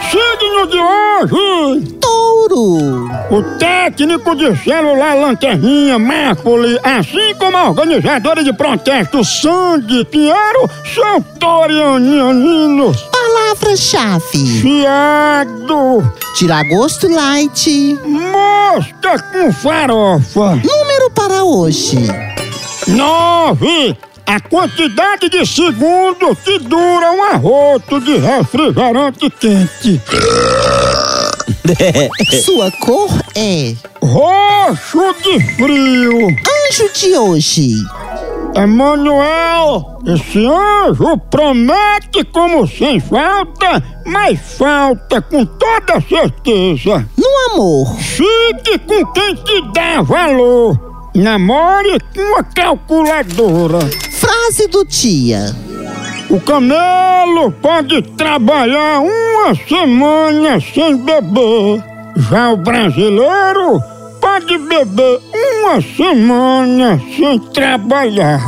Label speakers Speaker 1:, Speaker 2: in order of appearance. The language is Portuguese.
Speaker 1: signo de hoje?
Speaker 2: Touro!
Speaker 1: O técnico de celular Lanterninha Márcoli, assim como a organizadora de protesto Sandy Pinheiro, são torianianos.
Speaker 2: Palavra-chave:
Speaker 1: Fiado,
Speaker 2: Tiragosto Light.
Speaker 1: mosca com farofa.
Speaker 2: Número para hoje:
Speaker 1: Nove. A quantidade de segundos que dura um arroto de refrigerante quente.
Speaker 2: Sua cor é
Speaker 1: Roxo de frio.
Speaker 2: Anjo de hoje.
Speaker 1: Emanuel, esse anjo promete como sem falta, mas falta com toda certeza.
Speaker 2: No amor,
Speaker 1: Fique com quem te dá valor. Namore com a calculadora.
Speaker 2: frase do dia:
Speaker 1: O camelo pode trabalhar uma semana sem beber. Já o brasileiro pode beber uma semana sem trabalhar.